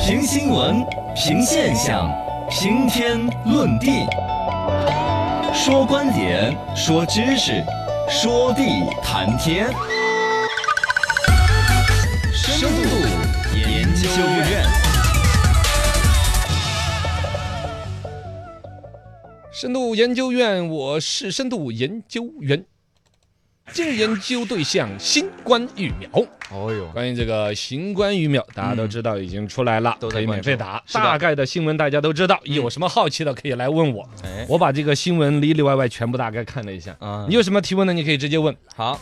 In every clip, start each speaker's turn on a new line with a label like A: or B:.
A: 评新闻，评现象，评天论地，说观点，说知识，说地谈天。深度研究院，
B: 深度研究院，我是深度研究员。近日研究对象新冠疫苗，
C: 哦呦，
B: 关于这个新冠疫苗，大家都知道已经出来了，
C: 嗯都在
B: 可以免
C: 关注
B: 费打。
C: 是的
B: 大概的新闻大家都知道，有什么好奇的可以来问我。
C: 哎，
B: 我把这个新闻里里外外全部大概看了一下，
C: 啊
B: 你有什么提问呢？你可以直接问。
C: 好，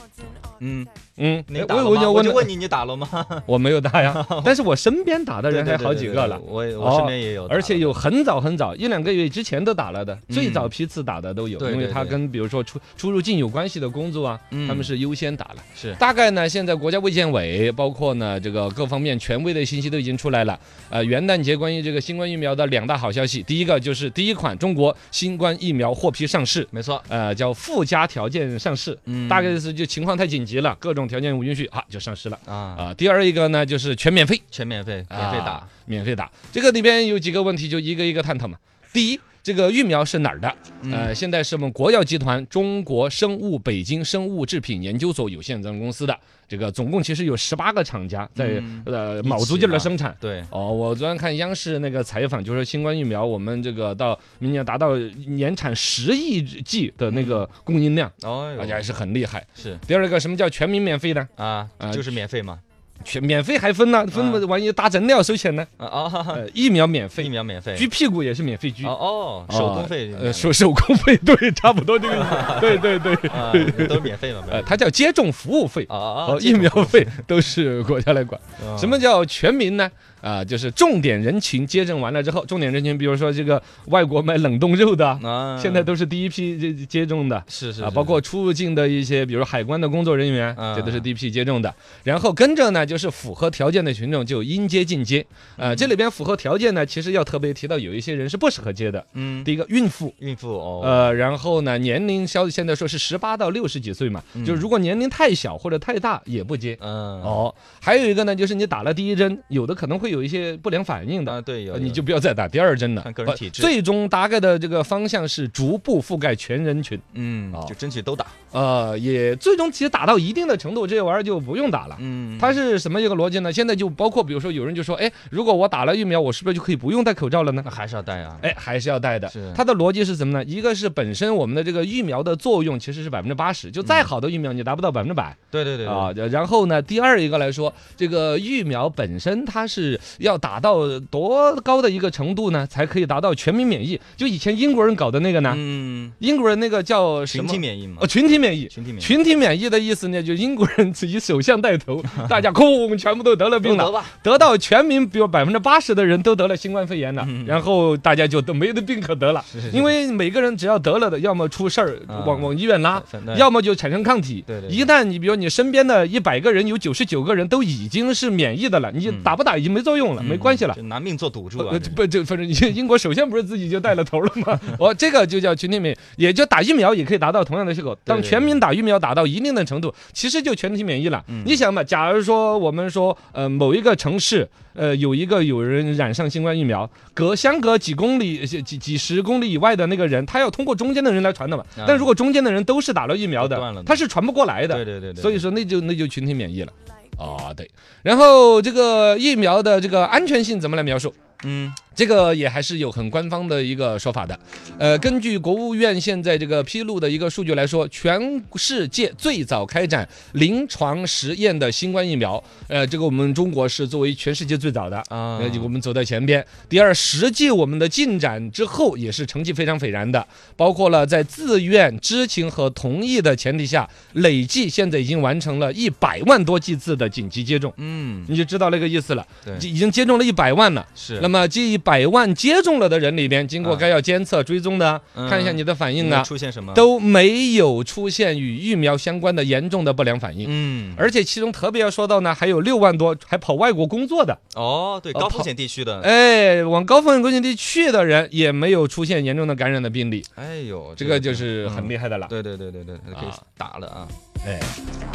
C: 嗯，
B: 嗯，
C: 你
B: 哎
C: 打
B: 我
C: 了
B: 有
C: 吗？
B: 有
C: 我就
B: 的
C: 问你，你打了吗？
B: 我没有打呀， 但是我身边打的人
C: 对
B: 还
C: 对
B: 好
C: 对
B: 几
C: 对
B: 个
C: 对
B: 了。哦
C: 我也我身边也有打的，
B: 而且有很早很早一两个月之前都打了的，
C: 嗯
B: 最早批次打的都有，
C: 对
B: 因为
C: 对
B: 它
C: 对
B: 跟比如说出出入境有关系的工作啊，
C: 嗯
B: 他们是优先打了。
C: 是
B: 大概呢，现在国家卫健委包括呢这个各方面权威的信息都已经出来了。呃，元旦节关于这个新冠疫苗的两大好消息，第一个就是第一款中国新冠疫苗获批上市。
C: 没错，
B: 呃，叫附加条件上市，
C: 嗯
B: 大概意思就情况太紧急了，各种条件无允许啊，就上市了
C: 啊，
B: 啊、第二一个呢，就是全免费，
C: 全免费，免费打
B: 啊，免费打。这个里边有几个问题，就一个一个探讨嘛。第一，这个疫苗是哪儿的？
C: 嗯
B: 呃，现在是我们国药集团中国生物北京生物制品研究所有限责任公司的，这个总共其实有十八个厂家在、
C: 嗯
B: 呃
C: 起
B: 卯足劲儿的
C: 嘛
B: 生产。
C: 对，
B: 哦，我昨天看央视那个采访，就说新冠疫苗，我们这个到明年达到年产十亿剂的那个供应量，
A: 哎
C: 哦
B: 大家
C: 呦
B: 还，是很厉害。
C: 是
B: 第二个，什么叫全民免费呢？
C: 啊
B: 啊，
C: 就是免费嘛，
B: 全免费还分呢，分万一打针了要收钱呢？
C: 啊啊，
B: 呃，疫苗免费
C: 疫，苗免费
B: 撅，屁股也是免费撅。
C: 哦
A: 啊
C: 哦，手工费，
B: 呃，手 手工费，对，差不多这个 意思，对对对，
C: 啊，都是免费嘛，
B: 呃，它叫接种服务费，
C: 啊啊
B: 哦，，疫苗费 都是国家来管。
C: 哦
B: 什么叫全民呢？啊，就是重点人群接种完了之后，重点人群，比如说这个外国买冷冻肉的啊，
C: 啊？
B: 现在都是第一批接接种的。
C: 是是
B: 啊，包括出入境的一些，比如海关的工作人员，
C: 嗯
B: 这都是第一批接种的。然后跟着呢，就是符合条件的群众就应接尽接。呃，
C: 嗯
B: 这里边符合条件呢，其实要特别提到，有一些人是不适合接的。
C: 嗯，
B: 第一个，孕妇，
C: 孕妇哦，
B: 呃，然后呢，年龄消现在说是十八到六十几岁嘛，就是如果年龄太小或者太大也不
A: 呃
B: 接。
C: 嗯，
B: 哦，还有一个呢，就是你打了第一针，有的可能会有一些不良反应
C: 啊
B: 的。
C: 对，有
B: 呃你
C: 有
B: 就不要再打第二针了。
C: 看个人
B: 呃
C: 体质
B: 最终大概的这个方向是逐步覆盖全人群。
C: 嗯
B: 哦，
C: 就争取都打，
B: 呃，也最终其实打到一定的程度，这玩意儿就不用打了。
C: 嗯，
B: 它是什么一个逻辑呢？现在就包括，比如说有人就说，哎，如果我打了疫苗，我是不是就可以不用戴口罩 了呢？
C: 那还是要戴啊，
B: 哎，还是要戴的
C: 是。
B: 它的逻辑是什么呢？一个是本身我们的这个疫苗的作用其实是百分之八十，就再好的疫苗你达不到百分之百
C: 对嗯对对对
B: 啊。然后呢，第二一个来说，这个疫苗本身它是要达到多高的一个程度呢，才可以达到全民免疫？就以前英国人搞的那个呢，
C: 嗯，
B: 英国人那个叫什
C: 群
B: 么
C: 体？免疫嘛
B: 哦，，群体免疫。
C: 群体免疫，
B: 群体免疫的意思呢，就英国人以首相带 头，大家空全部都得了病了
C: 得，吧，
B: 得到全民比如百分之八十的人都得了新冠肺炎了，
C: 嗯
B: 然后大家就都没得病可得了，因为每个人只要得了的，要么出事儿
C: 啊
B: 往往医院拉
C: 反正，
B: 要么就产生抗体
C: 对。对对
B: 一旦你比如你身边的一百个人有九十九个人都已经是免疫的了，
C: 嗯
B: 你打不打已经没作用了，没关系了
C: 就。拿命做赌注啊
B: 呃，，不，这反正英 英国首先不是自己就带了头了吗？哦，这个就叫群体免疫，也就打疫苗也可以达到同样的效果。当
C: 对对
B: 全民打疫苗打到一定的程度，其实就全体免疫了。
C: 嗯
B: 你想嘛，假如说我们说，呃，某一个城市，呃，有一个有人染上新冠疫苗，隔相隔几公里、几几几十公里以外的那个人，他要通过中间的人来传的嘛。
C: 啊
B: 但如果中间的人都是打了疫苗
C: 都断了
B: 的
C: 的，
B: 他是传不过来的。
C: 对对对对，
B: 所以说那就那就群体免疫了。啊、对。然后这个疫苗的这个安全性怎么来描述？
C: 嗯，
B: 这个也还是有很官方的一个说法的，呃，根据国务院现在这个披露的一个数据来说，全世界最早开展临床实验的新冠疫苗，呃，这个我们中国是作为全世界最早的
C: 啊
B: 呃我们走在前边。第二，实际我们的进展之后也是成绩非常斐然的，包括了在自愿、知情和同意的前提下，累计现在已经完成了一百万多剂次的紧急接种，
C: 嗯，
B: 你就知道那个意思了，
C: 对，
B: 已经接种了一百万了。
C: 是
B: 那么这一百万接种了的人里边，经过
C: 啊
B: 该要监测、追踪的啊，
C: 嗯
B: 看一下你的反应
C: 那
B: 啊，
C: 出现什么？
B: 都没有出现与疫苗相关的严重的不良反应。
C: 嗯，
B: 而且其中特别要说到呢，还有六万多还跑外国工作的，
C: 哦，对，
B: 呃
C: 高
B: 跑
C: 风险地区的，
B: 哎，往高风险国家地去的人也没有出现严重的感染的病例，
C: 哎呦，
B: 这个
C: 嗯
B: 就是很厉害的了。
C: 对对对对对，可以
B: 啊
C: 打了啊，
B: 哎，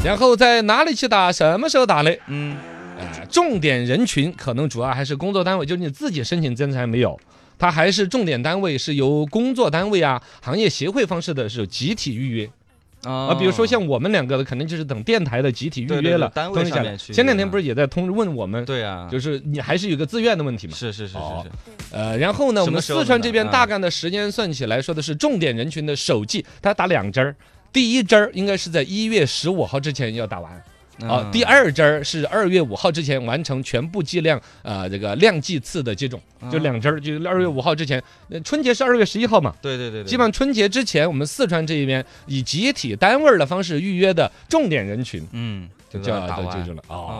B: 然后在哪里去打，什么时候打嘞？
C: 嗯，
B: 哎，重点人群可能主要还是工作单位，就是你自己申请增产没有。它还是重点单位，是由工作单位啊、行业协会方式的是集体预约啊。
C: 啊
B: 比如说像我们两个的，肯定就是等电台的集体预
C: 对对
B: 约
C: 对
B: 了。
C: 单位
B: 通知
C: 上
B: 下
C: 面
B: 来
C: 去
B: 前两天
C: 约
B: 不是也在通知问我们，
C: 对啊，
B: 就是你还是有一个自愿的问题嘛。
C: 是是是是
B: 哦
C: 是，
B: 呃，然后
C: 什
B: 呢，
C: 么
B: 我们
C: 时候
B: 四川
C: 呢
B: 这边
C: 啊
B: 大概的时间算起来，说的是重点人群的首季，他打两针儿。第一针儿应该是在一月十五号之前要打完啊，
C: 嗯
B: 第二针儿是二月五号之前完成全部剂量呃这个量剂次的接种，就
C: 嗯
B: 两针儿，就是二月五号之前。呃春节是二月十一号嘛，
C: 对对对对，
B: 基本上春节之前，我们四川这一边以集体单位儿的方式预约的重点人群
C: 嗯，
B: 就
C: 这
B: 叫
C: 打
B: 就
C: 完
B: 这种了啊。
C: 啊，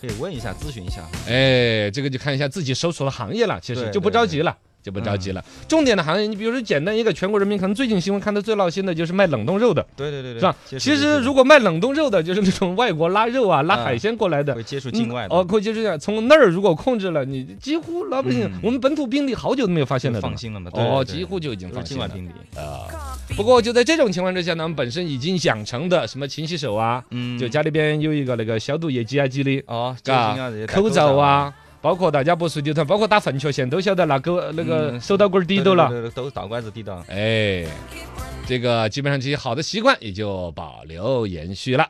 C: 可以问一下咨询一下，
B: 哎，这个就看一下自己搜索的行业了，其实
C: 对
B: 就不着急了。就不着急了。重点的行业，你比如说简单一个，全国人民可能最近新闻看的最闹心的就是卖冷冻肉的，
C: 对对对对，
B: 是吧？
C: 接触
B: 其
C: 接
B: 实
C: 触
B: 如果卖冷冻肉的，就是那种外国拉肉啊、拉
C: 啊
B: 海鲜过来的，
C: 会接触
B: 嗯
C: 境外的，
B: 哦，，会就是这样。从那儿如果控制了，你几乎老百姓
C: 嗯，
B: 我们本土病例好久都没有发现了的嘛
C: 放。心了嘛，对
B: 哦，
C: 对
B: 几乎就已经
C: 都
B: 放
C: 是
B: 心
C: 境外
B: 了
C: 病例，
B: 啊。不过就在这种情况之下呢，我们本身已经养成的什么勤洗手啊，
C: 嗯，
B: 就家里边有一个那个消毒液机啊机的，
C: 哦，
B: 嘎
C: 这个应该也戴
B: 口罩
C: 罩啊，
B: 啊，包括大家不随地吐，包括打粪球，现在都晓得拿狗那个
C: 嗯
B: 手导管儿滴
C: 对
B: 到
C: 对
B: 了。
C: 对对都倒罐子滴到。
B: 哎，这个基本上这些好的习惯也就保留延续了。